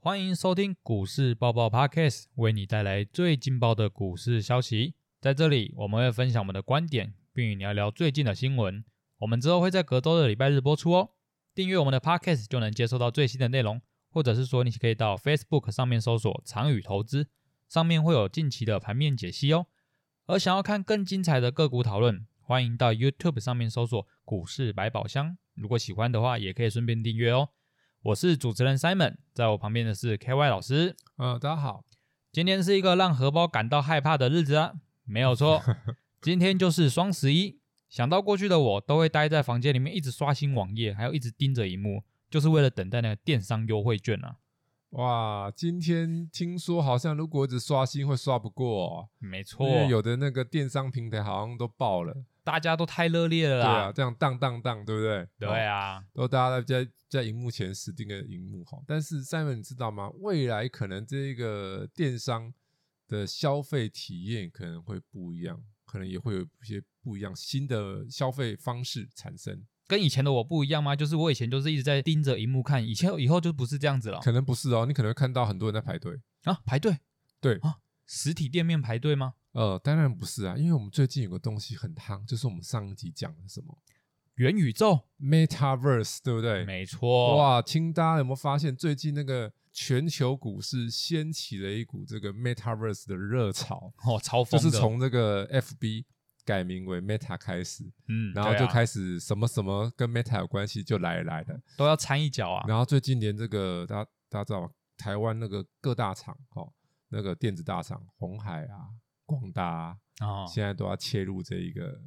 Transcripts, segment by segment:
欢迎收听股市爆爆 Podcast，为你带来最劲爆的股市消息。在这里，我们会分享我们的观点，并与你聊聊最近的新闻。我们之后会在隔周的礼拜日播出哦。订阅我们的 Podcast 就能接收到最新的内容，或者是说你可以到 Facebook 上面搜索“长宇投资”，上面会有近期的盘面解析哦。而想要看更精彩的个股讨论，欢迎到 YouTube 上面搜索“股市百宝箱”。如果喜欢的话，也可以顺便订阅哦。我是主持人 Simon，在我旁边的是 KY 老师。嗯，大家好，今天是一个让荷包感到害怕的日子啊，没有 错，今天就是双十一。想到过去的我，都会待在房间里面一直刷新网页，还有一直盯着荧幕，就是为了等待那个电商优惠券啊。哇，今天听说好像如果一直刷新会刷不过、哦，没错因，为有的那个电商平台好像都爆了，大家都太热烈了对啊，啦。这样荡荡荡，对不对？对哦，啊，都大家在在在荧幕前死盯着荧幕哈。但是 Simon，你知道吗？未来可能这个电商的消费体验可能会不一样，可能也会有一些不一样新的消费方式产生，跟以前的我不一样吗？就是我以前就是一直在盯着荧幕看，以前以后就不是这样子了可能不是哦，你可能会看到很多人在排队。啊，排队。对啊，实体店面排队吗？呃，当然不是啊，因为我们最近有个东西很夯，就是我们上一集讲的什么元宇宙， Metaverse，对不对？没错，哇，听大家有没有发现，最近那个全球股市掀起了一股这个 Metaverse 的热潮，哦，超就疯是的，从这个 FB 改名为 Meta 开始，嗯，然后对啊就开始什么什么跟 Meta 有关系就来来的，都要掺一脚啊。然后最近连这个大家大家知道吗？台湾那个各大厂哦，那个电子大厂红海啊、广达、啊。哦，现在都要切入这一个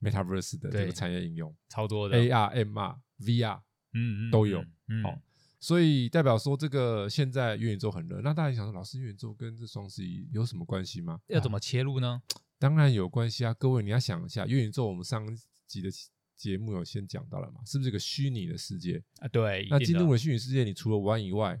Metaverse 的这对个产业应用超多的， ，AR、MR、VR，嗯嗯都有，嗯，好嗯所以代表说这个现在元宇宙很热。那大家想说，老师元宇宙跟这双十一有什么关系吗？要怎么、么切入呢？当然有关系啊！各位你要想一下，元宇宙我们上一集的节目有先讲到了嘛，是不是一个虚拟的世界？啊，对，一那定进的入了虚拟世界，你除了玩以外，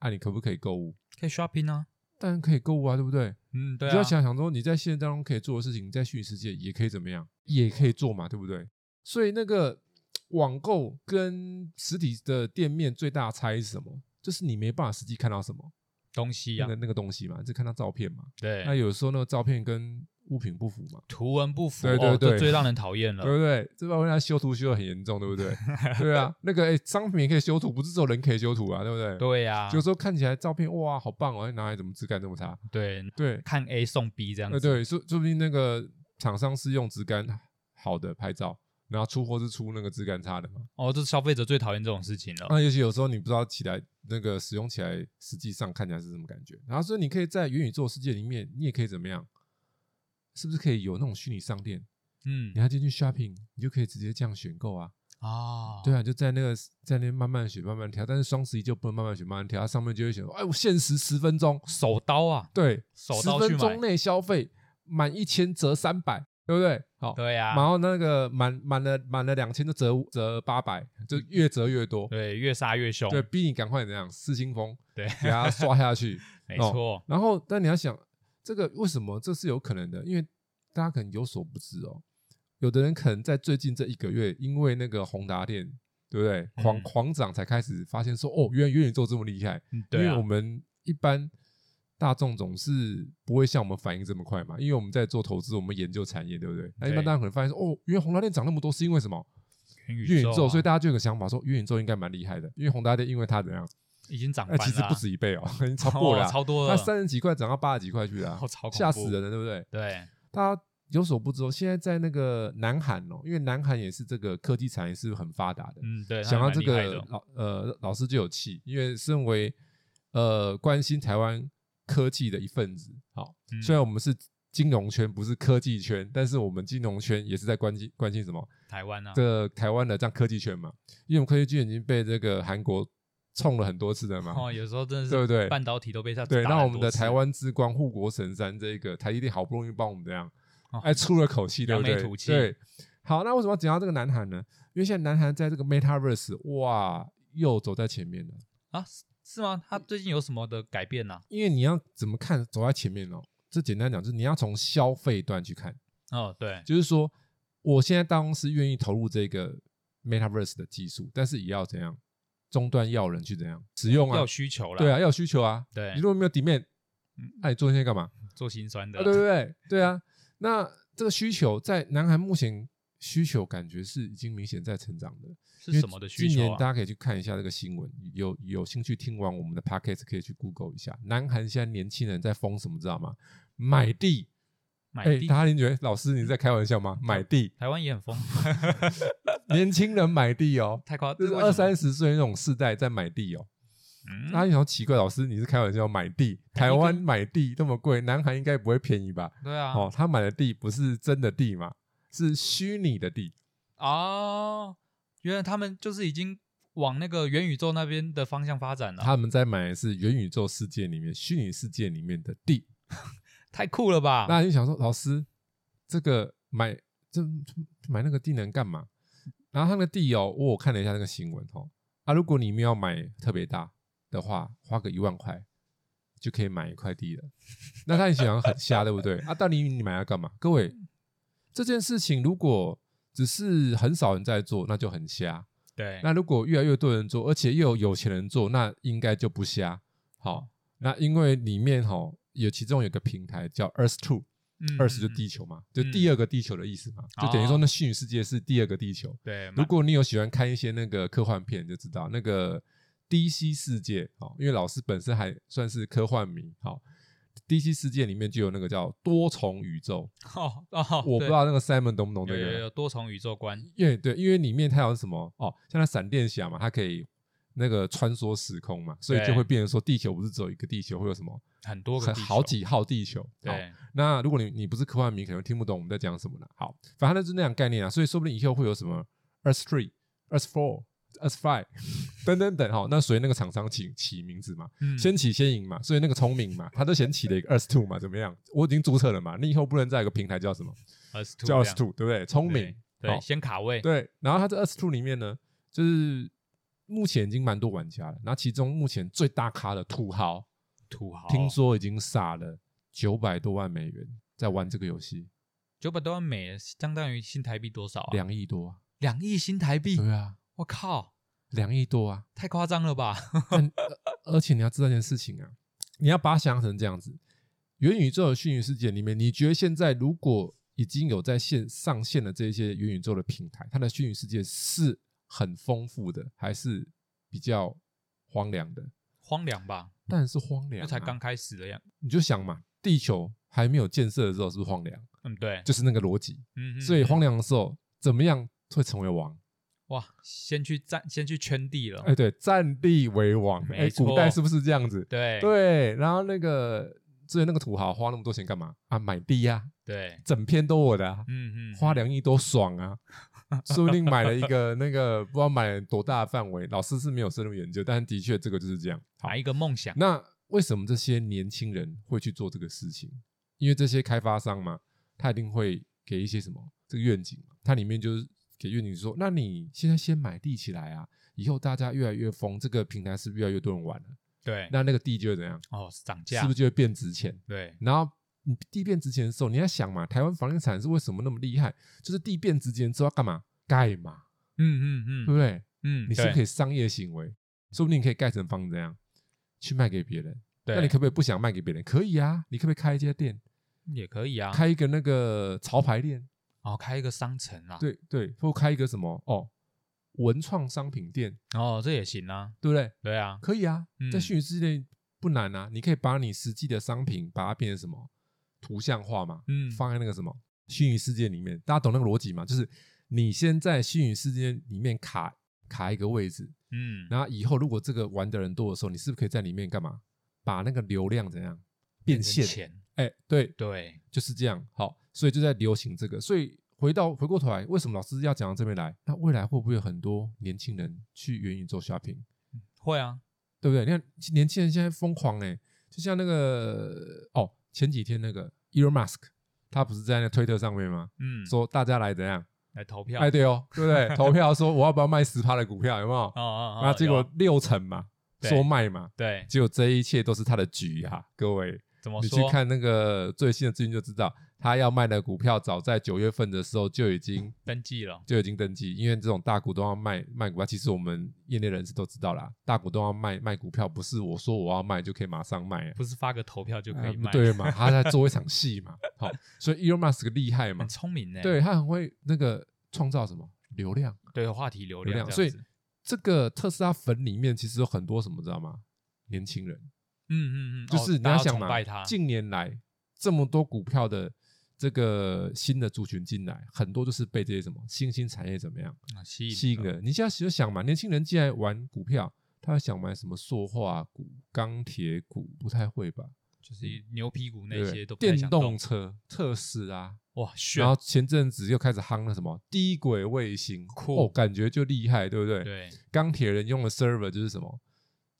啊，你可不可以购物？可以 shopping 啊，当然可以购物啊，对不对？嗯，对啊，你就要想想说，你在现实当中可以做的事情，你在虚拟世界也可以怎么样，也可以做嘛，对不对？所以那个网购跟实体的店面最大的差异是什么？就是你没办法实际看到什么东西那啊个，那个东西嘛，只看到照片嘛。那对，有时候那个照片跟物品不符嘛，图文不符，对对哦这对最让人讨厌了对，不对？这把人家修图修的很严重，对不对？对啊，那个哎、商品也可以修图，不是只有人可以修图啊，对不对？对呀，有时候看起来照片哇好棒哦，哎拿来怎么质感这么差？对，对，嗯看 A 送 B 这样呃，子，对，说说不定那个厂商是用质感好的拍照，然后出货是出那个质感差的嘛。哦，这是消费者最讨厌这种事情了，那也许有时候你不知道起来那个使用起来实际上看起来是什么感觉。然后所以你可以在元宇宙世界里面，你也可以怎么样？是不是可以有那种虚拟商店？嗯你要进去 shopping，你就可以直接这样选购啊。啊，对啊，就在那个在那边慢慢选，慢慢挑。但是双十一就不能慢慢选，慢慢挑，它上面就会选，哎，我限时十分钟，手刀啊，对，手十刀去分买钟内消费满一千折三百，对不对？好，对啊然呀，后那个满满了满了两千就折折八百，就越折越多，嗯对，越杀越凶，对，逼你赶快怎样失心疯，对 给它刷下去。哦没错，然后，但你要想这个为什么这是有可能的？因为大家可能有所不知哦，有的人可能在最近这一个月，因为那个宏达电，对不对？狂嗯狂涨才开始发现说，哦，原来元宇宙这么厉害，嗯因对为啊我，们一般大众总是不会像我们反应这么快嘛，因为我们在做投资，我们研究产业，对不对？那一般对大家可能发现说，哦，原来宏达电涨那么多是因为什么？元元宇宙，啊所以大家就有个想法说，元宇宙应该蛮厉害的，因为宏达电因为它怎样，已经涨那翻了哎其啊，实不止一倍哦，已经超过了哦啊，超多它了，三十几块涨到八十几块去了啊哦，超恐吓怖死人了，对不对？对，大家有所不知哦，现在在那个南韩哦，因为南韩也是这个科技产业是很发达的，嗯对，他想到蛮这厉害的哦个老呃老师就有气，因为身为呃关心台湾科技的一份子，好，嗯虽然我们是金融圈不是科技圈，但是我们金融圈也是在关心关心什么台湾啊，这个台湾的这样科技圈嘛，因为我们科技圈已经被这个韩国冲了很多次了嘛，哦，有时候真的是对不对半导体都被他对，打那很我们多的次台湾之光护国神山这一个台积电好不容易帮我们这样哦，哎、出了口气，对不扬对眉吐？气对，好，那为什么要讲到这个南韩呢？因为现在南韩在这个 Metaverse，哇，又走在前面了。啊，是是吗？他最近有什么的改变啊呢、因为你要怎么看走在前面哦？这简单讲就是你要从消费端去看，哦，对，就是说我现在大公司愿意投入这个 Metaverse 的技术，但是也要怎样终端要人去怎样使用啊要？需求啦，对啊，要有需求啊。对你如果没有 demand，嗯那、你做那些干嘛？做心酸的啊，对不对？对啊，那这个需求在南韩目前需求感觉是已经明显在成长的。因是为什么的需今求年大啊？家可以去看一下这个新闻，有有兴趣听完我们的 podcast 可以去 Google 一下，南韩现在年轻人在疯什么，知道吗？买地，买嗯哎，地，大家您觉得老师你在开玩笑吗？买地，台湾也 很疯，年轻人买地哦，太夸张，就是为什么二三十岁那种世代在买地哦。嗯大家想奇怪，老师你是开玩笑买地？台湾买地这么贵，南韩应该不会便宜吧？对啊，哦，他买的地不是真的地嘛，是虚拟的地。哦，原来他们就是已经往那个元宇宙那边的方向发展了，他们在买的是元宇宙世界里面、虚拟世界里面的地。太酷了吧？那你想说，老师，这个买这买那个地能干嘛？然后他那个地哦，我有看了一下那个新闻哦，啊，如果你们要买特别大的话，花个一万块就可以买一块地了。那他想很瞎，对不对？啊，到底你买它干嘛？各位，这件事情如果只是很少人在做，那就很瞎。对，那如果越来越多人做，而且又有有钱人做，那应该就不瞎。嗯好，那因为里面哈、有其中有个平台叫 Earth Two，嗯 Earth 就嗯地嗯球嘛，就嗯第二个地球的意思嘛，就等于哦说那虚拟世界是第二个地球。对，如蛮果你有喜欢看一些那个科幻片，就知道那个 DC 世界哦，因为老师本身还算是科幻迷，好、DC 世界里面就有那个叫多重宇宙， 哦哦，我不对知道那个 Simon 懂不懂那有个。有有多重宇宙观，因为对，因为里面它有什么哦，像它闪电侠嘛，它可以那个穿梭时空嘛，所以就对会变成说地球不是只有一个地球，会有什么很多个很地好球几号地球。好对，那如果你你不是科幻迷，可能听不懂我们在讲什么了。好，反正它就是那样概念啊，所以说不定以后会有什么 Earth Three、Earth Four、Earth Five 等等等哈、那随那个厂商起起名字嘛，嗯先起先赢嘛，所以那个聪明嘛，他都先起了一个 Earth Two 嘛，怎么样？我已经注册了嘛，你以后不能再有个平台叫什么 Earth Two 这叫 Earth 样 Two，对不对？聪对明。对，好先卡位，哦对，然后它这二十 two 里面呢，就是目前已经蛮多玩家了，然后其中目前最大咖的土豪，土豪，听说已经撒了九百多万美元在玩这个游戏，九百多万美，相当于新台币多少啊？两亿多啊，两亿新台币，对啊，我靠，两亿多啊，太夸张了吧？ 而且你要知道一件事情啊，你要把它想成这样子，元宇宙的虚拟世界里面，你觉得现在如果已经有在线上线的这些元宇宙的平台，它的虚拟世界是很丰富的，还是比较荒凉的？荒凉吧？当然是荒凉、那啊，才刚开始的样，你就想嘛，地球还没有建设的时候是不是荒凉，嗯，对，就是那个逻辑。嗯，嗯所以嗯荒凉的时候，怎么样会成为王？哇，先去占，先去圈地了，哎，对，占地为王。没哎，错古代是不是这样子？对对，然后那个所以那个土豪花那么多钱干嘛啊？买地呀、对，整片都我的、啊，嗯嗯，嗯花两亿多爽啊！说不定买了一个那个不知道买了多大的范围，老师是没有深入研究，但的确这个就是这样。好买一个梦想，那为什么这些年轻人会去做这个事情？因为这些开发商嘛，他一定会给一些什么这个愿景嘛，它里面就是给愿景说，那你现在先买地起来啊，以后大家越来越疯，这个平台是不是越来越多人玩了？对，那那个地就会怎样？哦，涨是价，不是就会变值钱？对，然后你地变值钱的时候，你要想嘛，台湾房地产是为什么那么厉害？就是地变值钱之后要干嘛？盖嘛，嗯嗯对嗯不对？嗯，你是不是可以，以商业行为，说不定你可以盖成房子这样去卖给别人。对，那你可不可以不想卖给别人？可以啊，你可不可以开一家店，也可以啊，开一个那个潮牌店？哦，开一个商城啊，，对对，或开一个什么哦，文创商品店，哦，这也行啊，对不对？对啊，可以啊，在嗯虚拟世界不难啊，你可以把你实际的商品把它变成什么图像化嘛，嗯放在那个什么虚拟世界里面，大家懂那个逻辑吗？就是你先在虚拟世界里面卡卡一个位置，嗯，然后以后如果这个玩的人多的时候，你是不是可以在里面干嘛？把那个流量怎样变成现？钱，哎，对，对，就是这样。好，所以就在流行这个。所以回到回过头来，为什么老师要讲到这边来？那未来会不会有很多年轻人去元宇宙 shopping？会啊，对不对？你看年轻人现在疯狂哎、就像那个哦，前几天那个 Elon Musk，他不是在那推特上面吗？嗯，说大家来怎样？来投票，哎，对哦，对 不对？投票说我要不要卖十趴的股票，有没有？哦哦，那哦结有果六成嘛，对说卖嘛，对，结果这一切都是他的局啊，各位。怎么你说？去看那个最新的资讯就知道，他要卖的股票早在九月份的时候就已经登记了，就已经登记，因为这种大股东要卖卖股票，其实我们业内人士都知道啦，大股东要卖卖股票，不是我说我要卖就可以马上卖啊，不是发个投票就可以啊卖，对嘛？他在做一场戏嘛，好，所以 Elon Musk 厉害嘛很，聪明呢。对他很会那个创造什么流量，对，话题流量这样子，所以这个特斯拉粉里面其实有很多什么，知道吗？年轻人，嗯嗯嗯，就是哦你大要家想崇嘛拜他，，近年来这么多股票的这个新的族群进来，很多就是被这些什么新兴产业怎么样啊吸引吸引了了。你现在就想嘛，年轻人既然玩股票，他会想买什么塑化股、钢铁股，不太会吧？就是牛皮股那对不些对都不太电想动车、特斯拉，哇炫然，后前阵子又开始夯了什么低轨卫星，酷哦，感觉就厉害，对不对？对，钢铁人用的 server 就是什么？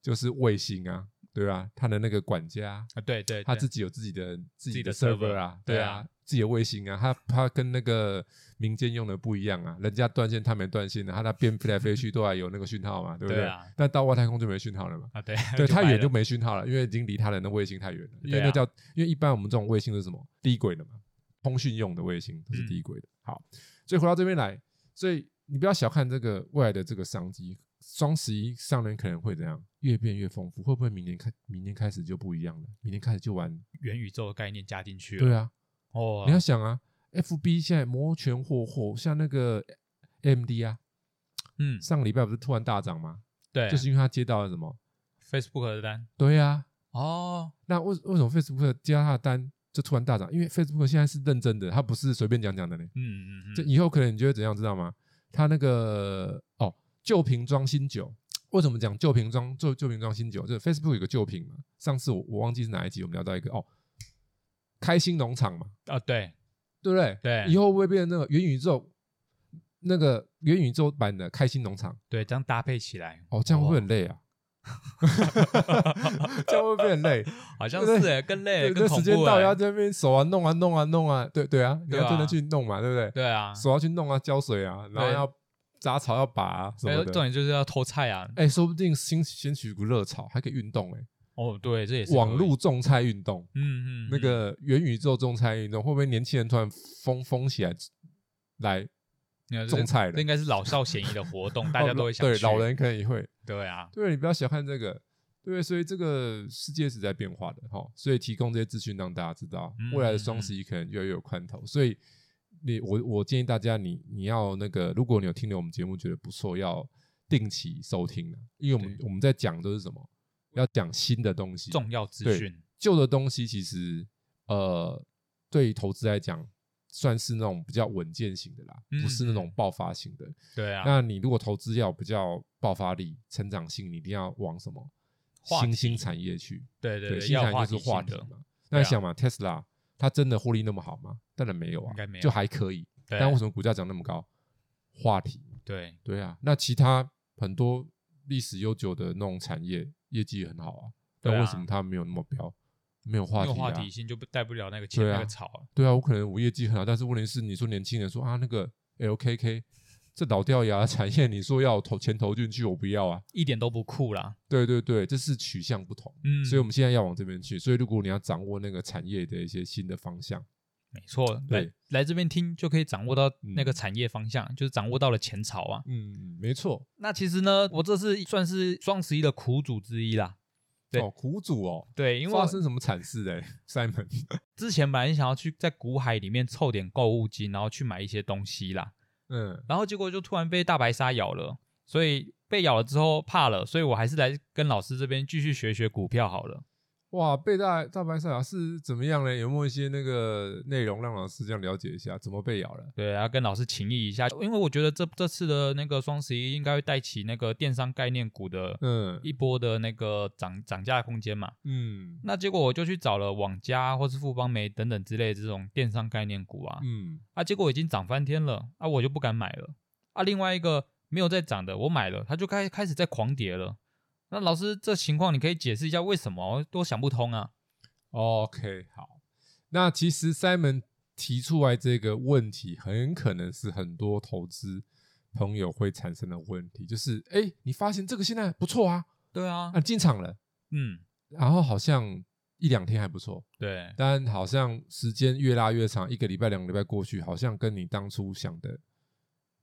就是卫星啊，对吧？他的那个管家，啊对对，他对自己有自己的自己己的的 server server 啊，对对啊啊，自己的卫星啊，他他跟那个民间用的不一样啊，人家断线他没断线的，啊他那边飞来飞去都还有那个讯号嘛，对不对对啊？但到外太空就没讯号了嘛，啊对，对，太卖远了就没讯号了，因为已经离他人的卫星太远了，因为对啊那叫因为一般我们这种卫星是什么低轨的嘛，通讯用的卫星嗯都是低轨的。好，所以回到这边来，所以你不要小看这个未来的这个商机，双十一商人可能会怎样越变越丰富，会不会明年开明年开始就不一样了？明年开始就玩元宇宙的概念加进去了，对啊，哦，你要想啊，FB 现在摩拳霍霍，像那个 AMD 啊，嗯上个礼拜不是突然大涨吗？对，啊就是因为他接到了什么？ Facebook 的单对啊，哦，那那为为什么 Facebook 接到他的单就突然大涨？因为 Facebook 现在是认真的，他不是随便讲讲的呢。嗯嗯嗯，这以后可能你就会怎样，知道吗？他那个哦，旧瓶装新酒。为什么讲旧瓶装旧旧瓶装新酒？就是 Facebook 有个旧瓶嘛，上次我我忘记是哪一集，我们聊到一个哦，开心农场嘛，啊对对不对？对以后会不会变成那个元宇宙，那个元宇宙版的开心农场？对，这样搭配起来，哦，这样会不会哇很累啊？ 这样会不会很累？ 好像对是哎，更累，对，更那恐时间怖到哎要在那边手啊弄啊弄啊弄啊，对对啊，你对要真啊的去弄嘛，对不对？对啊，手要去弄啊，浇水啊，然后对要杂草要拔啊什哎么重的。点就是要偷菜啊，哎，说不定新先取股热潮，还可以运动哎，哦对，这也是网可以，络种菜运动，嗯嗯，那嗯个元宇宙种菜运动，会不会年轻人突然疯疯起来来？你看这种菜了这应该是老少咸宜的活 动，大家都会想对去老人可能也会，对啊，对，你不要小看这个，对，所以这个世界是在变化的哈，所以提供这些资讯让大家知道，嗯未来的双十一可能越来越有看头，所以你我我建议大家你你要那个，如果你有听了我们节目觉得不错，要定期收听啊，因为我们对我们在讲都是什么，要讲新的东西，重要资对讯，旧的东西其实呃，对于投资来讲。算是那种比较稳健型的啦，不是那嗯种爆发型的。对啊，那你如果投资要比较爆发力、成长性，你一定要往什么话新题兴产业去？对对，对，新要有产业就题是话性题的，嘛。那对啊你想嘛，Tesla 它真的获利那么好吗？当然没有啊，应该没有就还可以。对但为什么股价涨那么高？话题嘛，对对啊。那其他很多历史悠久的那种产业，业绩也很好啊，对但为啊什么它没有那么标？没有话没题有啊，话题性就不带不了那个前对那啊个草啊，对啊，我可能我业绩很好，但是问题是，你说年轻人说啊，那个 LKK 这老掉牙的产业，你说要我投钱投进去，我不要啊。一点都不酷啦，对对对，这是取向不同，嗯，所以我们现在要往这边去。所以如果你要掌握那个产业的一些新的方向，没错，来对来这边听就可以掌握到那个嗯产业方向，就是掌握到了前朝啊。嗯，没错，那其实呢，我这次算是双十一的苦主之一啦。对哦，苦主哦，对，因为发我生什么惨事嘞，Simon？ 之前本来想要去在股海里面凑点购物金，然后去买一些东西啦，嗯，然后结果就突然被大白鲨咬了，所以被咬了之后怕了，所以我还是来跟老师这边继续学学股票好了。哇，被大大白鲨咬是怎么样嘞？有没有一些那个内容让老师这样了解一下，怎么被咬了？对，要跟老师请益一下，因为我觉得这这次的那个双十一应该会带起那个电商概念股的嗯一波的那个涨涨价空间嘛。嗯那结果我就去找了网家或是富邦媒等等之类的这种电商概念股啊，嗯，啊，结果已经涨翻天了，啊，我就不敢买了。啊，另外一个没有在涨的，我买了，它就开开始在狂跌了。那老师，这情况你可以解释一下为什么？我哦都想不通啊。 OK，好。那其实 Simon 提出来这个问题，很可能是很多投资朋友会产生的问题，就是哎，诶你发现这个现在不错啊，对啊啊，，进场了，嗯，然后好像一两天还不错，对，但好像时间越拉越长，一个礼拜、两个礼拜过去，好像跟你当初想的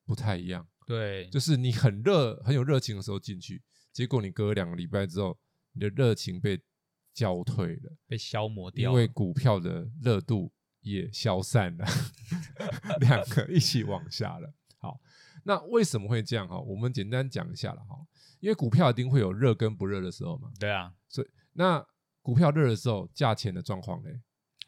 不太一样。对，就是你很热、很有热情的时候进去，结果你隔两个礼拜之后，你的热情被浇退了，被消磨因掉了。为股票的热度也消散了， 两个一起往下了。好，那为什么会这样哈？我们简单讲一下了哈，因为股票一定会有热跟不热的时候嘛。对啊，那股票热的时候，价钱的状况嘞，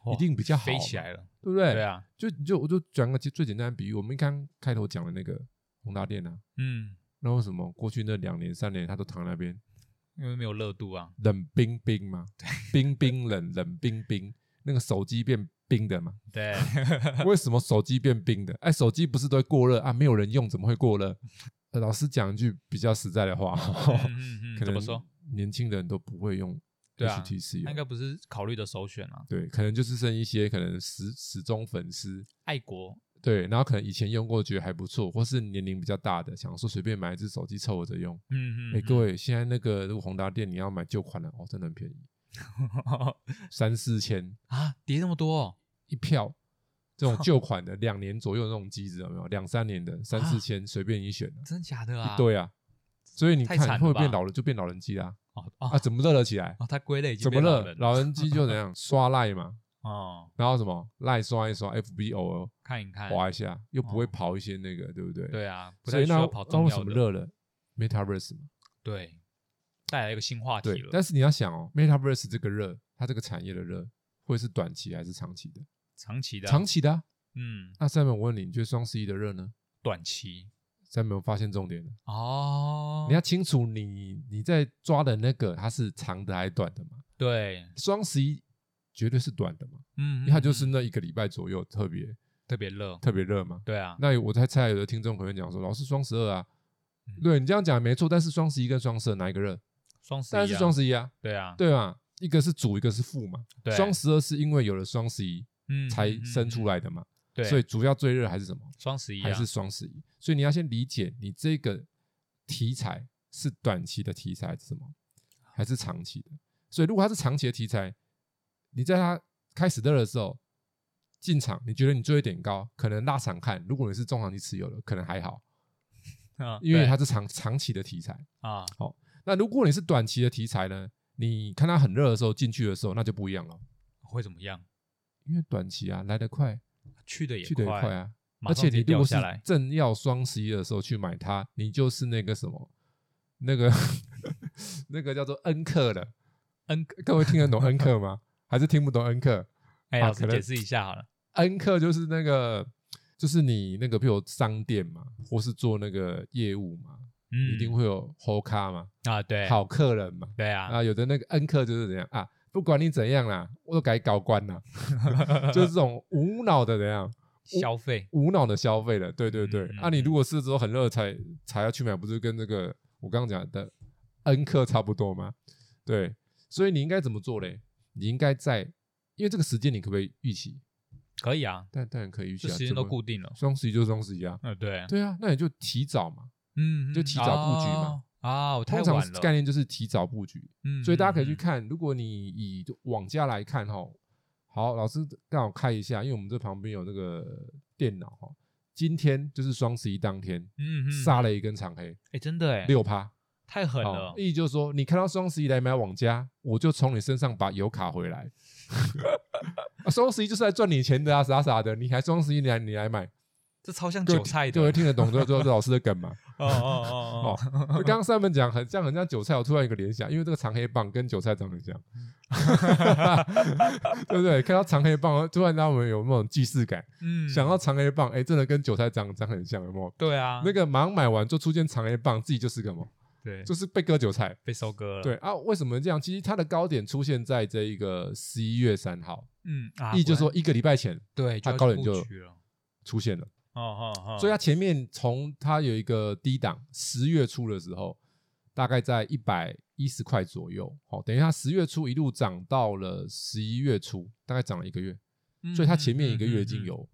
哇一定比较好飞嘛起来了。对不对？对啊，就你就我就讲个最最简单的比喻，我们刚开头讲的那个宏达电啊，嗯，那为什么过去那两年三年它都躺在那边因为没有热度啊。冷冰冰嘛，冰冰冷冷冰冰，那个手机变冰的嘛？ 对，嗯 为什么手机变冰的？哎，手机不是都会过热啊？没有人用怎么会过热？呃老师讲一句比较实在的 话，嗯嗯嗯可怎么能说？年轻人都不会用对啊 HTC，那了、应该不是考虑的首选啊。对，可能就是剩一些可能死死忠粉丝，爱国，对，然后可能以前用过觉得还不错，或是年龄比较大的，想说随便买一只手机凑合着用。嗯嗯，哎、各位，现在那个如果宏达店你要买旧款的哦，真的很便宜，嗯三四千 啊，跌那么多哦，一票。这种旧款的两年左右的那种机子有没有？两三年的三四啊千随便你选的，真假的啊？对啊。所以你太看惨会了变吧老了就变老人机啦哦啊，哦怎么热了起来？哦，它归类已经怎么变老热？人老人机就 怎样刷赖嘛，哦，然后什么赖刷一刷，FB 偶看一看尔，滑一下，又不会哎哦跑一些那个，对不对？对啊，不所太以需那要跑那重为要什么的，热了？Metaverse 嘛，对，带来一个新话题对。了，但是你要想哦，Metaverse 这个热，它这个产业的热，会是短期还是长期的？长期的啊，长期的、啊。嗯，那三本，我问你，你觉得双十一的热呢？短期三本发现重点了，哦，你要清楚你你在抓的那个它是长的还是短的嘛？对，双十一绝对是短的嘛，嗯，嗯因为它就是嗯那一个礼拜左右特别特别热，特别热嘛。对啊，那我在猜，有的听众可能讲说，老师双十二啊嗯，对你这样讲也没错，但是双十一跟双十二哪一个热？双十一当然是双十，十一啊。对啊，对嘛，一个是主，一个是副嘛。对双十二是因为有了双十一嗯才嗯嗯生出嗯来的嘛，对，所以主要最热还是什么？双十一还啊是双十一。所以你要先理解你这个题材是短期的题材还是什么，还是长期的。所以如果它是长期的题材，你在它开始热的时候进场，你觉得你追的点高，可能拉长看，如果你是中长期持有的，可能还好，啊因为对它是长长期的题材。啊，那如果你是短期的题材呢，你看它很热的时候进去的时候，那就不一样了。会怎么样？因为短期啊，来得快，去的也去得也快啊。马而上且直接你如掉果是下来，正要双十一的时候去买它，你就是那个什么，那 个那个叫做恩客了。恩各位听得懂恩客吗？还是听不懂恩客？哎，啊老师可能解释一下好了，恩客就是那个，就是你那个，譬如商店嘛，或是做那个业务嘛，嗯，一定会有 h 咖嘛，啊，对，，好客人嘛。对啊，啊，有的那个恩客就是怎样啊，不管你怎样啦，我都改搞官 啦，就是这种无脑的怎样，消费，无脑的消费了。对对对，嗯嗯啊，你如果是之后很热才才要去买，不是跟那个我刚刚讲的恩客差不多吗？对，所以你应该怎么做嘞？你应该在，因为这个时间你可不可以预期？可以啊，但当然可以预期这啊，时间怎都么固定了，双十一就双十一啊，嗯，对，对啊，那你就提早嘛。嗯，就嗯提早布局嘛，哦啊，我太通常晚了，概念就是提早布局，嗯，所以大家可以嗯去嗯看。如果你以网家来看哈，好，老师刚好看一下，因为我们这旁边有那个电脑哈。今天就是双十一当天，嗯嗯，杀了一根长黑，哎，真的哎，六趴。太狠哦好了，意思就是说，你看到双十一来买网家，我就从你身上把油卡回来。 啊双十一就是来赚你钱的啊，傻傻的，你还双十一你来你来买，这超像各位韭菜的，各哦位听得懂这这老师的 梗吗？哦哦，刚刚上面讲很像很像韭菜，我突然有一个联想，因为这个长黑棒跟韭菜长得很 像，对不对？看到长黑棒，突然让我们有那种既视感，嗯，想到长黑棒，哎，真的跟韭菜长长很像，有没有？对啊，那个忙买完就出现长黑棒，自己就是个什么，对，就是被割韭菜。被收割了，对，啊，为什么这样？其实它的高点出现在这一个十一月三号，嗯，啊意思就是果说一个礼拜前然对，它要高去布点就局了，出现了。哦哦哦，所以它前面从它有一个低档，十月初的时候，大概在一百一十块左右，好、等于它十月初一路涨到了十一月初，大概涨了一个月，嗯所以它前面一个月已经，嗯嗯有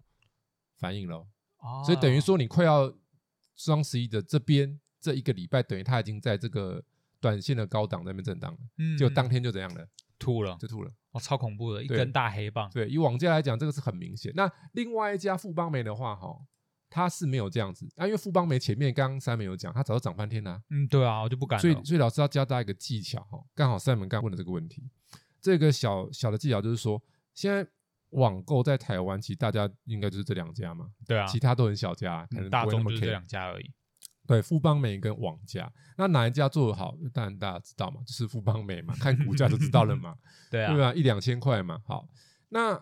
反应了哦，嗯嗯所以等于哦说你快要双十一的这边这一个礼拜，等于它已经在这个短线的高档那边震荡了，嗯结嗯果当天就怎样了，吐了就吐了，哦，超恐怖的，一对根大黑棒，对，以往届来讲，这个是很明显。那另外一家富邦媒的话，哈，它是没有这样子。啊那、因为富邦媒前面刚刚三没有讲，它早就涨翻天啦、嗯，对啊，我就不敢所以了，所以老师要教大家一个技巧哈，刚好三门刚问的这个问题，这个小小的技巧就是说，现在网购在台湾其实大家应该就是这两家嘛，对啊，其他都很小家，可嗯能大不会那众么就是这 care 两家而已，对，富邦美跟网家，那哪一家做得好？当然大家知道嘛，就是富邦美嘛，看股价就知道了嘛，对啊对，吧？一两千块嘛。好，那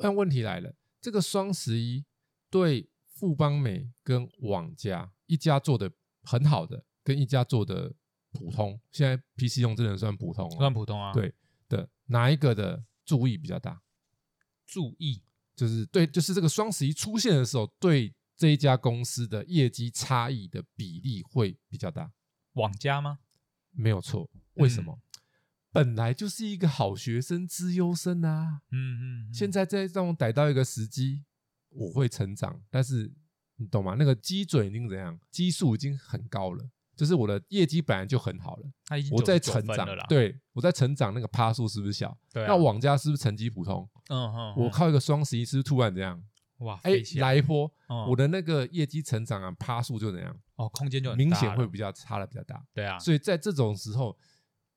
那问题来了，这个双十一对富邦美跟网家一家做的很好的，跟一家做的普通，现在 PC 用真的算普通算了普通啊，对的，哪一个的注意比较大？注意，就是对，就是这个双十一出现的时候，对这一家公司的业绩差异的比例会比较大。网家吗？没有错，为嗯什么？本来就是一个好学生、资优生啊，嗯嗯，嗯现在再让我逮到一个时机，我会成长，但是你懂吗？那个基准已经怎样？基数已经很高了，就是我的业绩本来就很好了，他已经我在99成分长了啦，，对我在成长，那个趴数是不是小？对啊那网家是不是成绩普通？嗯哼，我靠一个双十一，是不是突然怎样？嗯哇，哎、飞起，来一波，嗯我的那个业绩成长啊，趴数就怎样？哦，空间就很明大显了会比较差的比较大。对啊，所以在这种时候，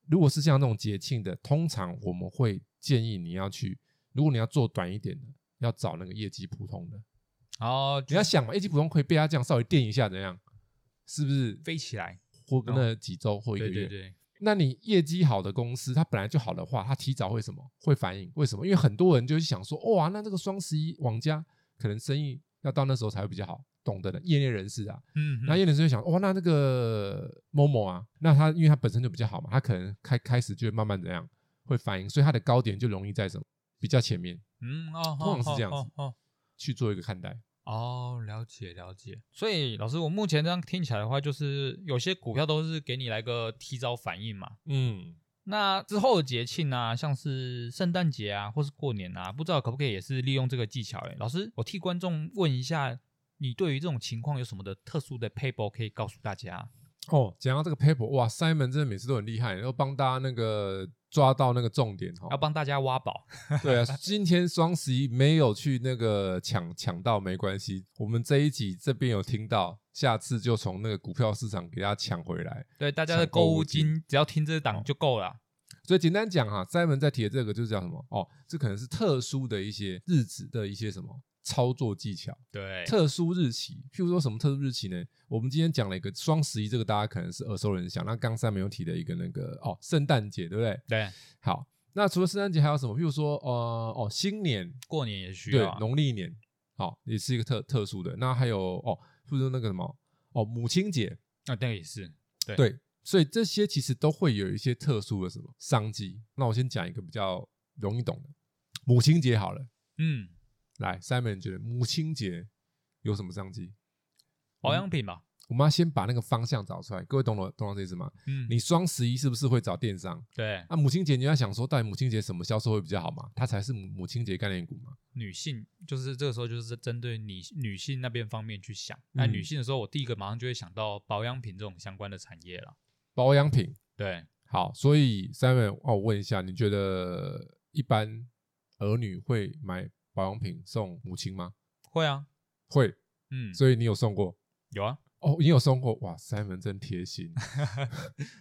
如果是像这种节庆的，通常我们会建议你要去，如果你要做短一点的，要找那个业绩普通的。然后你哦就要想嘛，业绩普通可以被他这样稍微垫一下，怎样？是不是飞起来，或那几周或一个哦对月？对对，那你业绩好的公司，它本来就好的话，它提早会什么？会反应？为什么？因为很多人就是想说，哇，那这个双十一网家可能生意要到那时候才会比较好，懂得的业内人士啊，嗯，那嗯业内人士就想，哇，那那个某某啊，那他因为他本身就比较好嘛，他可能开开始就会慢慢怎样会反应，所以他的高点就容易在什么比较前面嗯哦，通常是哦这样子哦哦去做一个看待。哦，了解了解。所以老师，我目前这样听起来的话，就是有些股票都是给你来个提早反应嘛。嗯，那之后的节庆啊，像是圣诞节啊，或是过年啊，不知道可不可以也是利用这个技巧、欸？老师，我替观众问一下，你对于这种情况有什么的特殊的 paper 可以告诉大家？哦，讲到这个 paper，哇，Simon 真的每次都很厉害，然后帮大家那个抓到那个重点哈要。帮大家挖宝。对啊，今天双十一没有去那个抢抢到没关系，我们这一集这边有听到，下次就从那个股票市场给大家抢回来。对大家的抢购购物物金，只要听这档就够了。所以简单讲哈、塞门在提的这个就是叫什么？哦，这可能是特殊的一些日子的一些什么操作技巧，对，特殊日期，譬如说什么特殊日期呢？我们今天讲了一个双十一，这个大家可能是耳熟能详。那刚塞门有提的一个那个哦，圣诞节，对不对？对，好，那除了圣诞节还有什么？譬如说呃哦，新年，过年也需对要啊，。农历年，好、也是一个特特殊的。那还有哦，譬如说那个什么哦，母亲节，那那个也是，对对，所以这些其实都会有一些特殊的什么商机。那我先讲一个比较容易懂的，母亲节好了。嗯，来，Simon 你觉得母亲节有什么商机？保养品吧。我们要先把那个方向找出来。各位懂了懂了这意思吗？嗯，你双十一是不是会找电商？对那、母亲节你要想说，到底母亲节什么销售会比较好嘛？它才是母母亲节概念股嘛。女性，就是这个时候就是针对你女性那边方面去想。那嗯女性的时候，我第一个马上就会想到保养品这种相关的产业了。保养品对，好，所以 Simon 哦，我问一下，你觉得一般儿女会买保养品送母亲吗？会啊，会，嗯，所以你有送过？有啊，哦，你有送过哇？Simon 真贴心。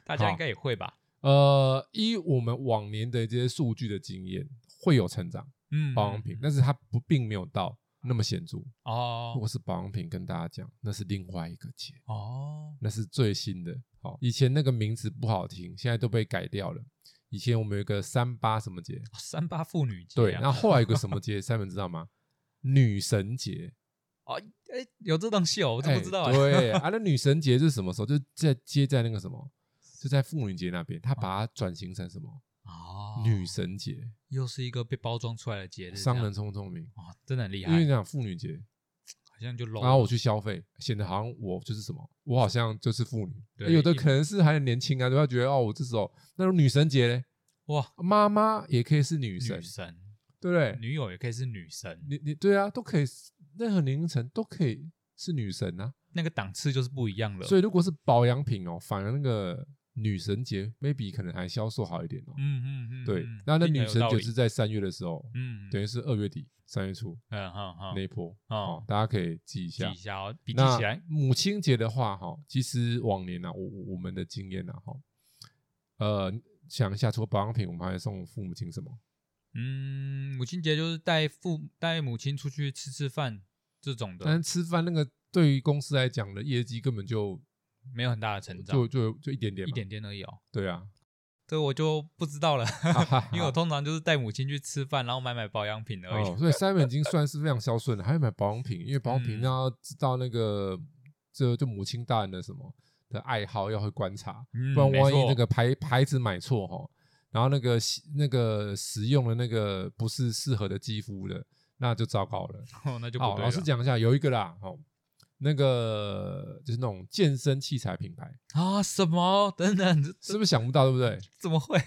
大家好应该也会吧？呃，依我们往年的这些数据的经验，会有成长嗯，保养品嗯，但是它不并没有到那么显著。如哦果是保养品，跟大家讲，那是另外一个节，哦，那是最新的。好、以前那个名字不好听，现在都被改掉了。以前我们有一个三八什么节，三八妇女节、啊，对，然后后来有 个什么节，Simon 知道吗？女神节，哦，哎，有这东西哦，我我都不知道、哎，对啊，那女神节是什么时候？就在接在那个什么，就在妇女节那边，他把它转型成什么？哦，女神节，又是一个被包装出来的节日，商人这样聪不聪明？哦，真的很厉因为害你，讲妇女节，好像就 low 了。然后我去消费，显得好像我就是什么，我好像就是妇女。哎对有的一可能是还很年轻啊，都要觉得哦，我这时候那种女神节嘞，哇，妈妈也可以是女女神，神，对不对？女友也可以是女神，你你对啊，都可以，任何年龄层都可以是女神啊。那个档次就是不一样了。所以如果是保养品哦，反而那个女神节，maybe 可能还销售好一点哦。嗯嗯嗯，对嗯，那那听起来有女神道节理是在三月的时候，嗯，等于是二月底三月初嗯，好好那一波哦哦，，大家可以记一记下一。下哦，笔记那起来。母亲节的话，哈，其实往年啊，我我我们的经验啊，哈，呃，想一下，除了保养品，我们还会送父母亲什么？嗯，母亲节就是带父带母亲出去吃吃饭这种但的，是吃饭那个对于公司来讲的业绩根本就没有很大的成长，就就就一点点，一，点点而已哦。对啊，这我就不知道了，哈 因为我通常就是带母亲去吃饭，然后买买保养品而已。哦，所以 Simon 已经算是非常孝顺了，还会买保养品，因为保养品嗯要知道那个，就就母亲大人的什么的爱好要会观察，嗯不然没万一错那个牌牌子买错哈，然后那个洗那个使用的那个不是适合的肌肤的，那就糟糕了。哦，那就不好，对老师了讲一下，有一个啦，哦，那个就是那种健身器材品牌，啊！什么？ 等等，这是不是想不到，对不对？ 怎么会？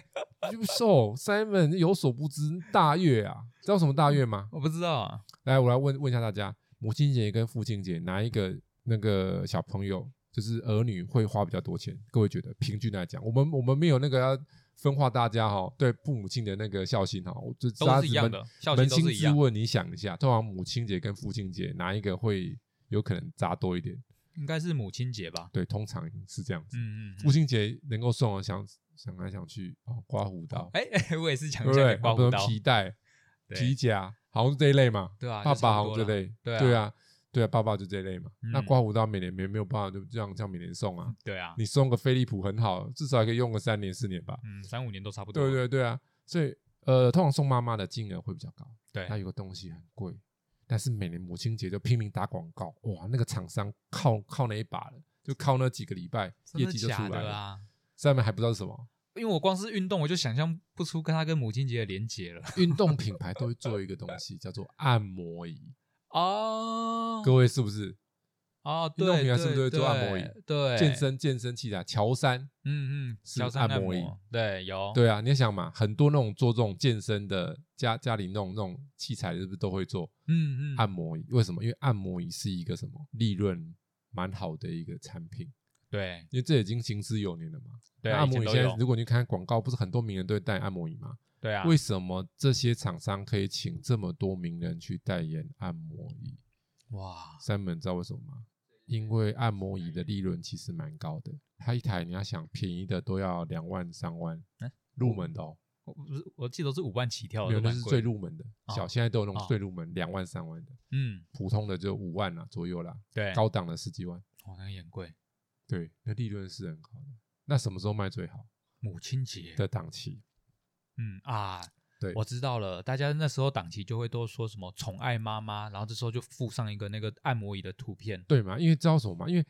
就哦，Simon 有所不知，大月啊，知道什么大月吗？我不知道啊。来，我来问问一下大家，母亲节跟父亲节哪一个那个小朋友就是儿女会花比较多钱？各位觉得平均来讲，我们我们没有那个要分化大家哈、对父母亲的那个孝心哈、我就都大家是只一样扪的孝心扪都心是一自样问，你想一下，通常母亲节跟父亲节哪一个会有可能砸多一点？应该是母亲节吧？对，通常是这样子。嗯嗯嗯。父亲节能够送啊，想想来想去哦，刮胡刀，哎、我也是 想对不讲对？你刮不胡能刀，皮带、对皮夹，好像是这一类嘛。对啊，爸就差不爸好像多这了类，对啊对啊，对啊，爸爸就这类嘛。那嗯刮胡刀每年没没有办法就这样这样每年送啊，对啊，你送个飞利浦很好，至少还可以用个三年四年吧。嗯，三五年都差不多对了。对对啊，所以呃，通常送妈妈的金额会比较高。对那有个东西很贵，但是每年母亲节就拼命打广告，哇，那个厂商靠靠那一把了，就靠那几个礼拜真业的绩就假出来的了。啊？上面还不知道是什么因为我光是运动，我就想象不出跟他跟母亲节的连结了。运动品牌都会做一个东西叫做按摩仪， 哦，各位是不是？哦，对，运动品牌是不是都会对做按摩椅对对，健，身健身器材，乔山嗯嗯，是小三按摩椅摩，对，有，对啊，你要想嘛，很多那种做这种健身的家家里那种那种器材，是不是都会做嗯嗯，按摩椅？为什么？因为按摩椅是一个什么利润蛮好的一个产品，对因为这已经行之有年了嘛。对那啊，按以前摩椅都现在有，如果你看广告，不是很多名人都会带按摩椅吗？对啊，为什么这些厂商可以请这么多名人去代言按摩椅？哇，三门，你知道为什么吗？因为按摩椅的利润其实蛮高的，它一台你要想便宜的都要两万三万嗯，入门的哦。我不是我记得是五万起跳的，没有，哦都那蛮是贵最的入门的，哦小现在都有那哦种最入门两万三万的，嗯，普通的就五万啦啊左右啦，对，高档的十几万，哦，那个也很贵，对，那利润是很好的。那什么时候卖最好母亲节，的档期？嗯啊，对我知道了。大家那时候档期就会都说什么“宠爱妈妈”，然后这时候就附上一个那个按摩椅的图片。对嘛？因为知道什么吗？因为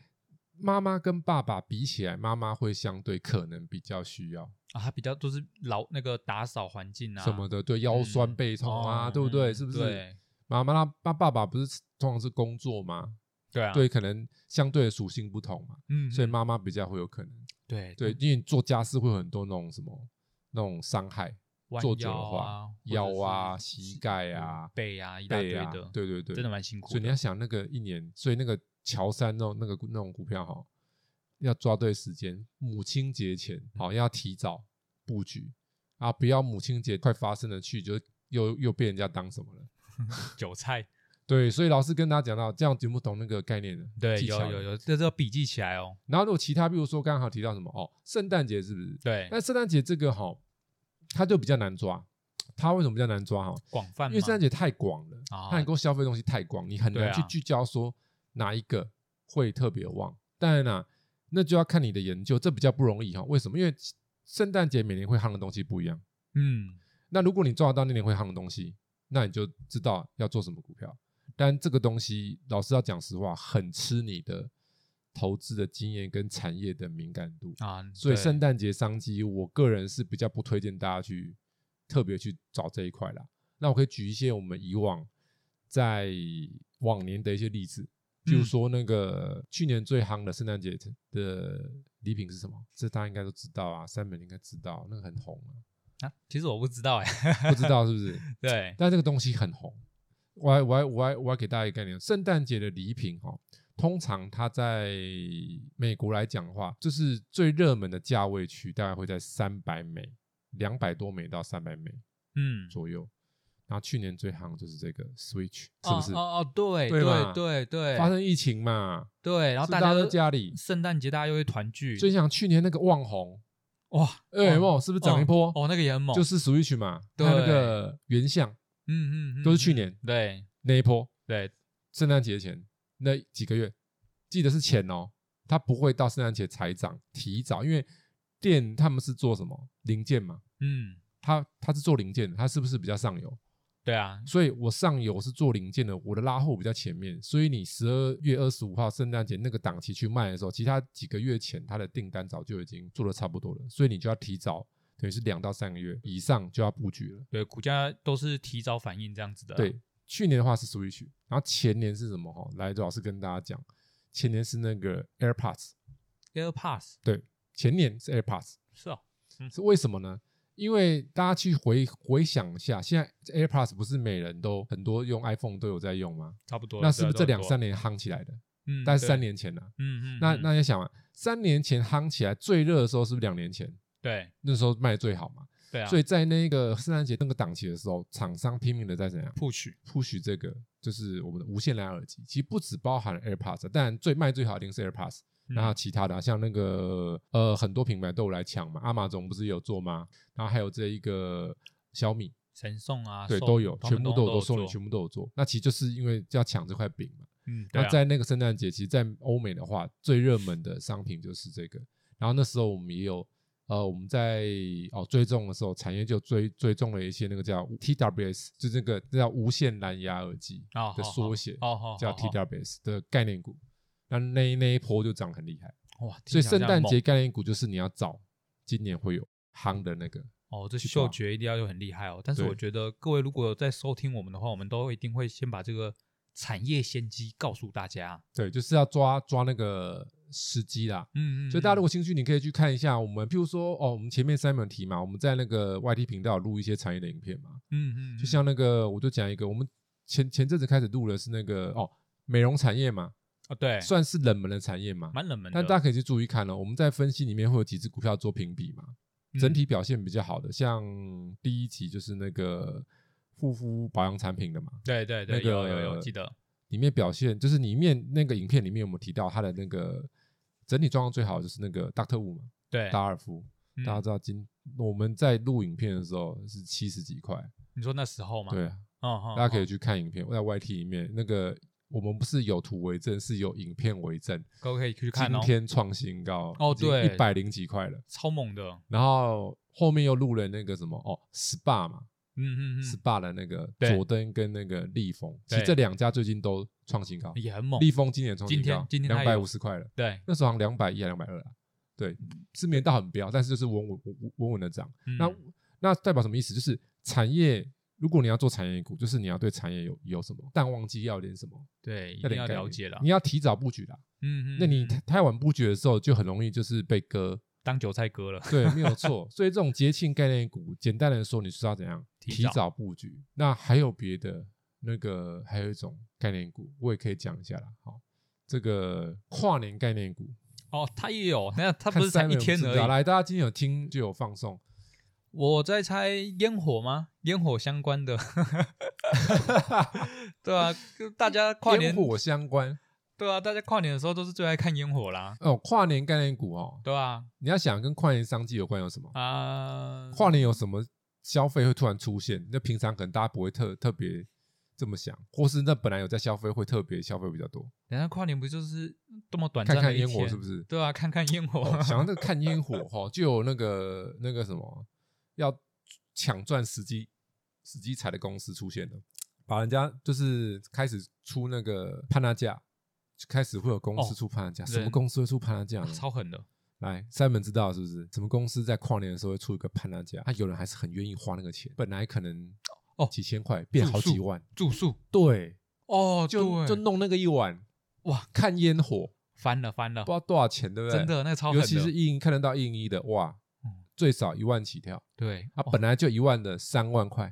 妈妈跟爸爸比起来，妈妈会相对可能比较需要啊，它比较都是老那个打扫环境啊什么的，对腰酸嗯背痛啊，哦对不对？嗯是不是？对妈妈那爸爸爸不是通常是工作嘛，对啊，对，可能相对的属性不同嘛，嗯，所以嗯妈妈比较会有可能，对对，，因为你做家事会有很多那种什么那种伤害。弯坐久的腰话啊，腰啊、或者是膝盖啊、背啊，一大堆背的，啊，对对对，真的蛮辛苦的。所以你要想那个一年，所以那个乔山那种那个那种股票哈，要抓对时间，母亲节前嗯好要提早布局啊，不要母亲节快发生了去，就又又被人家当什么了。韭菜，对，所以老师跟大家讲到，这样听不懂那个概念的对，技有巧有。有，这是要笔记起来哦。然后如果其他，比如说刚好提到什么哦，圣诞节是不是？对，但圣诞节这个哈，它就比较难抓。它为什么比较难抓哈？广泛因为嘛圣诞节太广了，啊它能够消费的东西太广，你很对难啊去聚焦说哪一个会特别旺。当然啦、那就要看你的研究，这比较不容易哈、为什么？因为圣诞节每年会夯的东西不一样。嗯，那如果你抓得到那年会夯的东西，那你就知道要做什么股票。但这个东西，老师要讲实话，很吃你的投资的经验跟产业的敏感度。啊，所以对圣诞节商机，我个人是比较不推荐大家去特别去找这一块啦。那我可以举一些我们以往在往年的一些例子，比如说那个去年最夯的圣诞节的礼品是什么？这大家应该都知道啊，三本应该知道，那个很红啊，啊，其实我不知道哎， 不知道是不是？对，但这个东西很红，我还我还我还我还给大家一个概念，圣诞节的礼品哈、哦，通常它在美国来讲的话，就是最热门的价位区大概会在三百美、两百多美到三百美嗯，左右。然后去年最夯就是这个 Switch，是哦不是？哦哦，对对对嘛对对，发生疫情嘛，对，然后是大大家家都在家里圣诞节大家又会团聚，所以想去年那个旺红，哇，哎、有没有是不是涨一波？哦，那个也很猛，就是是 Switch 嘛，它那个原像嗯嗯嗯，都是去嗯年对那一波，对圣诞节前那几个月，记得是前哦，它不会到圣诞节才涨，提早，因为店他们是做什么零件嘛，嗯它它是做零件的，它是不是比较上游？对啊，所以我上游是做零件的，我的拉货比较前面，所以你十二月二十五号圣诞节那个档期去卖的时候，其他几个月前它的订单早就已经做的差不多了，所以你就要提早，等于是两到三个月以上就要布局了。对，股价都是提早反应这样子的，啊对，，去年的话是 Switch，然后前年是什么哈？来，周老师跟大家讲，前年是那个 AirPods， AirPods 前年是 AirPods，是哦，是为什么呢？因为大家去回回想一下，现在 AirPods 不是每人都很多用 iPhone 都有在用吗？差不多了。那是不是对啊这两三，对啊年夯起来的？对啊嗯，大概三对，年前了、嗯嗯，那嗯那你想啊，三年前夯起来最热的时候是不是两年前？对那时候卖的最好嘛，对啊，所以在那个圣诞节那个档期的时候，厂商拼命的在怎样 push push 这个，就是我们的无线蓝牙耳机。其实不只包含 AirPods，当然最卖最好的一定是 AirPods，嗯然后其他的啊、像那个呃很多品牌都有来抢嘛，阿玛总不是也有做吗？然后还有这一个小米，神送啊，对，送都有，他全们部都都有，做送你全部都有做。那其实就是因为要抢这块饼嘛。嗯，对那啊，在那个圣诞节，其实，在欧美的话，最热门的商品就是这个。然后那时候我们也有，呃，我们在哦追踪的时候，产业就追追踪了一些那个叫 TWS，就这个这叫无线蓝牙耳机哦的好缩写，好好叫好好 TWS 的概念股。那那那一波就涨得很厉害，哦哇，听所起来以好圣像诞很节猛概念股就是你要找今年会有夯的那个。哦，这去嗅抓觉一定要就很厉害哦。但是对我觉得各位如果有在收听我们的话，我们都一定会先把这个产业先机告诉大家。对，就是要抓抓那个时机啦。嗯嗯，所以大家嗯如果兴趣，你可以去看一下我们，譬如说哦，我们前面 Simon 提嘛，我们在那个 YT 频道有录一些产业的影片嘛，嗯嗯，就像那个我就讲一个，我们前前阵子开始录的是那个哦美容产业嘛，哦对，算是冷门的产业嘛，蛮冷门的，但大家可以去注意看哦，我们在分析里面会有几只股票做评比嘛，整嗯体表现比较好的，像第一集就是那个护肤保养产品的嘛，对对那对，有个有有记得，里面表现就是里面那个影片里面我们提到它的那个整体状况最好的就是那个大特务嘛。对，达尔夫，嗯大家知道今我们在录影片的时候是七十几块，你说那时候嘛，对，嗯，嗯大家可嗯以去看影片，在 YT 里面那个我们不是有图为证，是有影片为证。各位可以去看今哦，天创新高哦对一百零几块了。超猛的，然后后面又录了那个什么哦，SPA 嘛、嗯嗯 s 嗯， p a 的那个对佐登跟那个立丰，其对实这两家最近都创新高。也很猛，立丰今年创新今高，天今天它两有百五十块了。对，那时候好像两百一还两百二啊，对，是没到很飙，但是就是稳稳稳稳稳的涨。嗯那那代表什么意思？就是产业，如果你要做产业股，就是你要对产业有有什么淡旺季要点什么，对，一定要点要概了念解了，你要提早布局啦。嗯嗯，那你嗯太太晚布局的时候，就很容易就是被割。当韭菜割了，对，没有错。所以这种节庆概念股，简单来说，你是要怎样提提早早布局？那还有别的那个，还有一种概念股，我也可以讲一下啦。好，这个跨年概念股，哦，他也有，那他看不是才 Simon 一天知不而知道已，来，大家今天有听就有放送，我在猜烟火吗？烟火相关的， 对啊，就大家跨年烟，火相关对啊，大家跨年的时候都是最爱看烟火啦，哦。跨年概念股哦，对啊，你要想跟跨年商机有关有什么？啊，跨年有什么消费会突然出现？那平常可能大家不会特特别这么想，或是那本来有在消费会特别消费比较多，等一下跨年不就是这么短看暂的看一烟火天是不？是？对啊，看看烟火， 哦、想要那个看烟火哈、哦，就有那个那个什么要抢赚时机时机财的公司出现了，把人家就是开始出那个判那价，就开始会有公司哦出判那价，什人么公司会出判那价呢？ 超狠的，来，三门知道是不是？什么公司在跨年的时候会出一个判那价？啊，有人还是很愿意花那个钱，本来可能哦几千块变好住几宿万，住宿对，哦，就就对弄那个一晚，哇，看烟火，翻了翻了不知，道多少钱，对不对？真的那个超狠尤的，其是一营看得到一营一的，哇嗯，最少一万起跳，对啊，哦 本来就一万的三万块，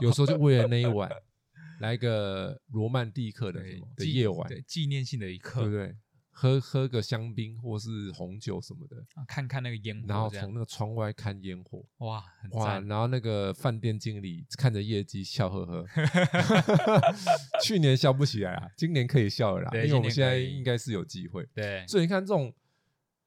有时候就为了那一晚，来个罗曼蒂克的什么的纪夜晚，对纪念性的一刻，对不对？喝喝个香槟或是红酒什么的，啊看看那个烟火，然后这从样那个窗外看烟火，哇，很哇！赞，然后那个饭店经理看着业绩笑 呵呵，去年笑不起来啊，今年可以笑了啦，因对为我们今现年在可以应该是有机会。对，所以你看这种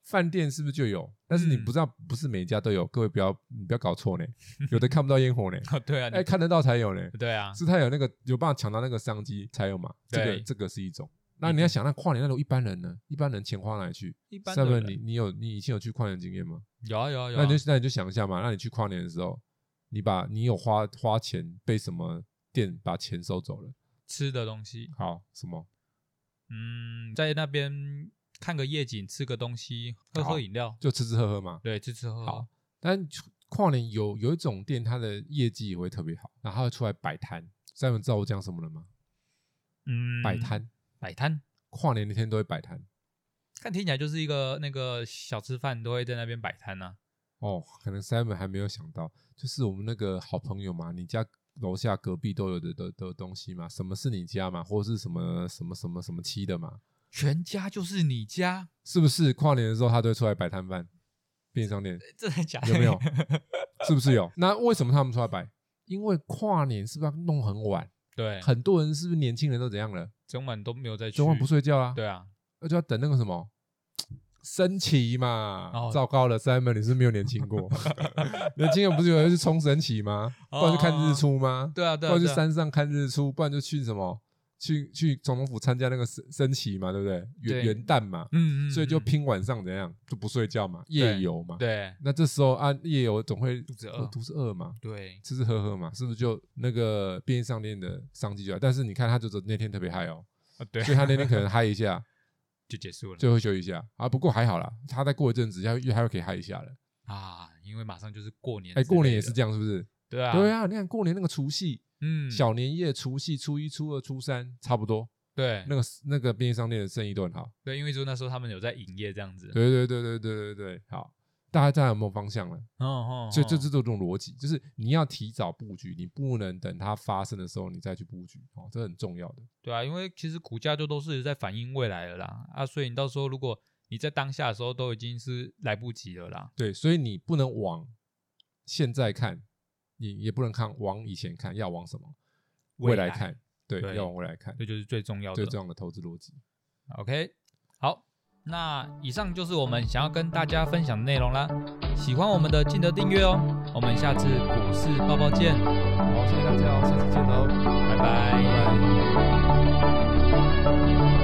饭店是不是就有？但是你嗯不知道，不是每一家都有，各位不要你不要 搞错呢，有的看不到烟火呢， 对啊，哎，你看得到才有呢，对啊，是他有那个有办法抢到那个商机才有嘛，这个对这个是一种。那你要嗯想，那跨年那种一般人呢？一般人钱花哪里去？一般的 seven，人你你有你以前有去跨年经验吗？有啊有啊有那啊，你就那你就想一下嘛，那你去跨年的时候，你把你有花花钱被什么店把钱收走了？吃的东西，好，什么？嗯，在那边看个夜景，吃个东西，喝好喝饮料，就吃吃喝喝嘛。对，吃吃喝喝好，但跨年有有一种店，它的业绩也会特别好，然后它会出来摆摊。三们知道我讲什么了吗？嗯，摆摊，摆摊，跨年那天都会摆摊。看听起来就是一个那个小吃饭都会在那边摆摊啊呐，哦，可能 Simon 还没有想到，就是我们那个好朋友嘛，你家楼下隔壁都有的的的东西嘛，什么是你家嘛，或是什么什么什么什么七的嘛，全家就是你家，是不是？跨年的时候他都会出来摆摊贩，便利商店 真的假的？有没有？是不是有？那为什么他们出来摆？因为跨年是不是要弄很晚？ 对，很多人是不是年轻人都怎样了？整晚都没有在去，昨晚不，睡觉啊？对啊，那就要等那个什么升旗嘛。哦糟糕了，Simon，你是没有年轻 过，年轻人不是有人去冲升旗吗？不然就看日出吗？对啊对不啊，然去对啊山上看日出，不然就去什么去去总统府参加那个升升旗嘛，对不对？元对元旦嘛，嗯嗯，所以就嗯拼晚上怎样就不睡觉嘛，夜游嘛。对那这时候啊，夜游总会肚子饿肚子饿嘛。对，吃吃喝喝嘛，是不是就那个便利商店的商机就来？但是你看，他就走那天特别嗨哦，啊对，所以他那天可能嗨一下， 就结束了最后休息一下啊。不过还好啦，他再过一阵子，他又还会可以嗨一下了。啊，因为马上就是过年之哎、类的，过年也是这样，是不是？对啊，对，啊，你看过年那个除夕、嗯，小年夜、除夕、初一、初二、初三，差不多，对那个那个便利商店的生意都很好。对，因为就那时候他们有在营业这样子，，对对对对对对对，好，大家大家有没有方向了？哦哦，所以这哦这种种逻辑，就是你要提早布局，你不能等它发生的时候你再去布局，哦，这很重要的。对啊，因为其实股价就都是在反映未来了啦，啊，所以你到时候如果你在当下的时候都已经是来不及了啦，对，所以你不能往现在看，你也不能看往以前看，要往什么未来来看？对，对要往未来看，这就是最重要的最。重要的投资逻辑。 OK，好，那以上就是我们想要跟大家分享的内容啦。喜欢我们的记得订阅哦，我们下次股市报报见，哦好，谢谢大家哦，下次见喽，拜拜拜拜。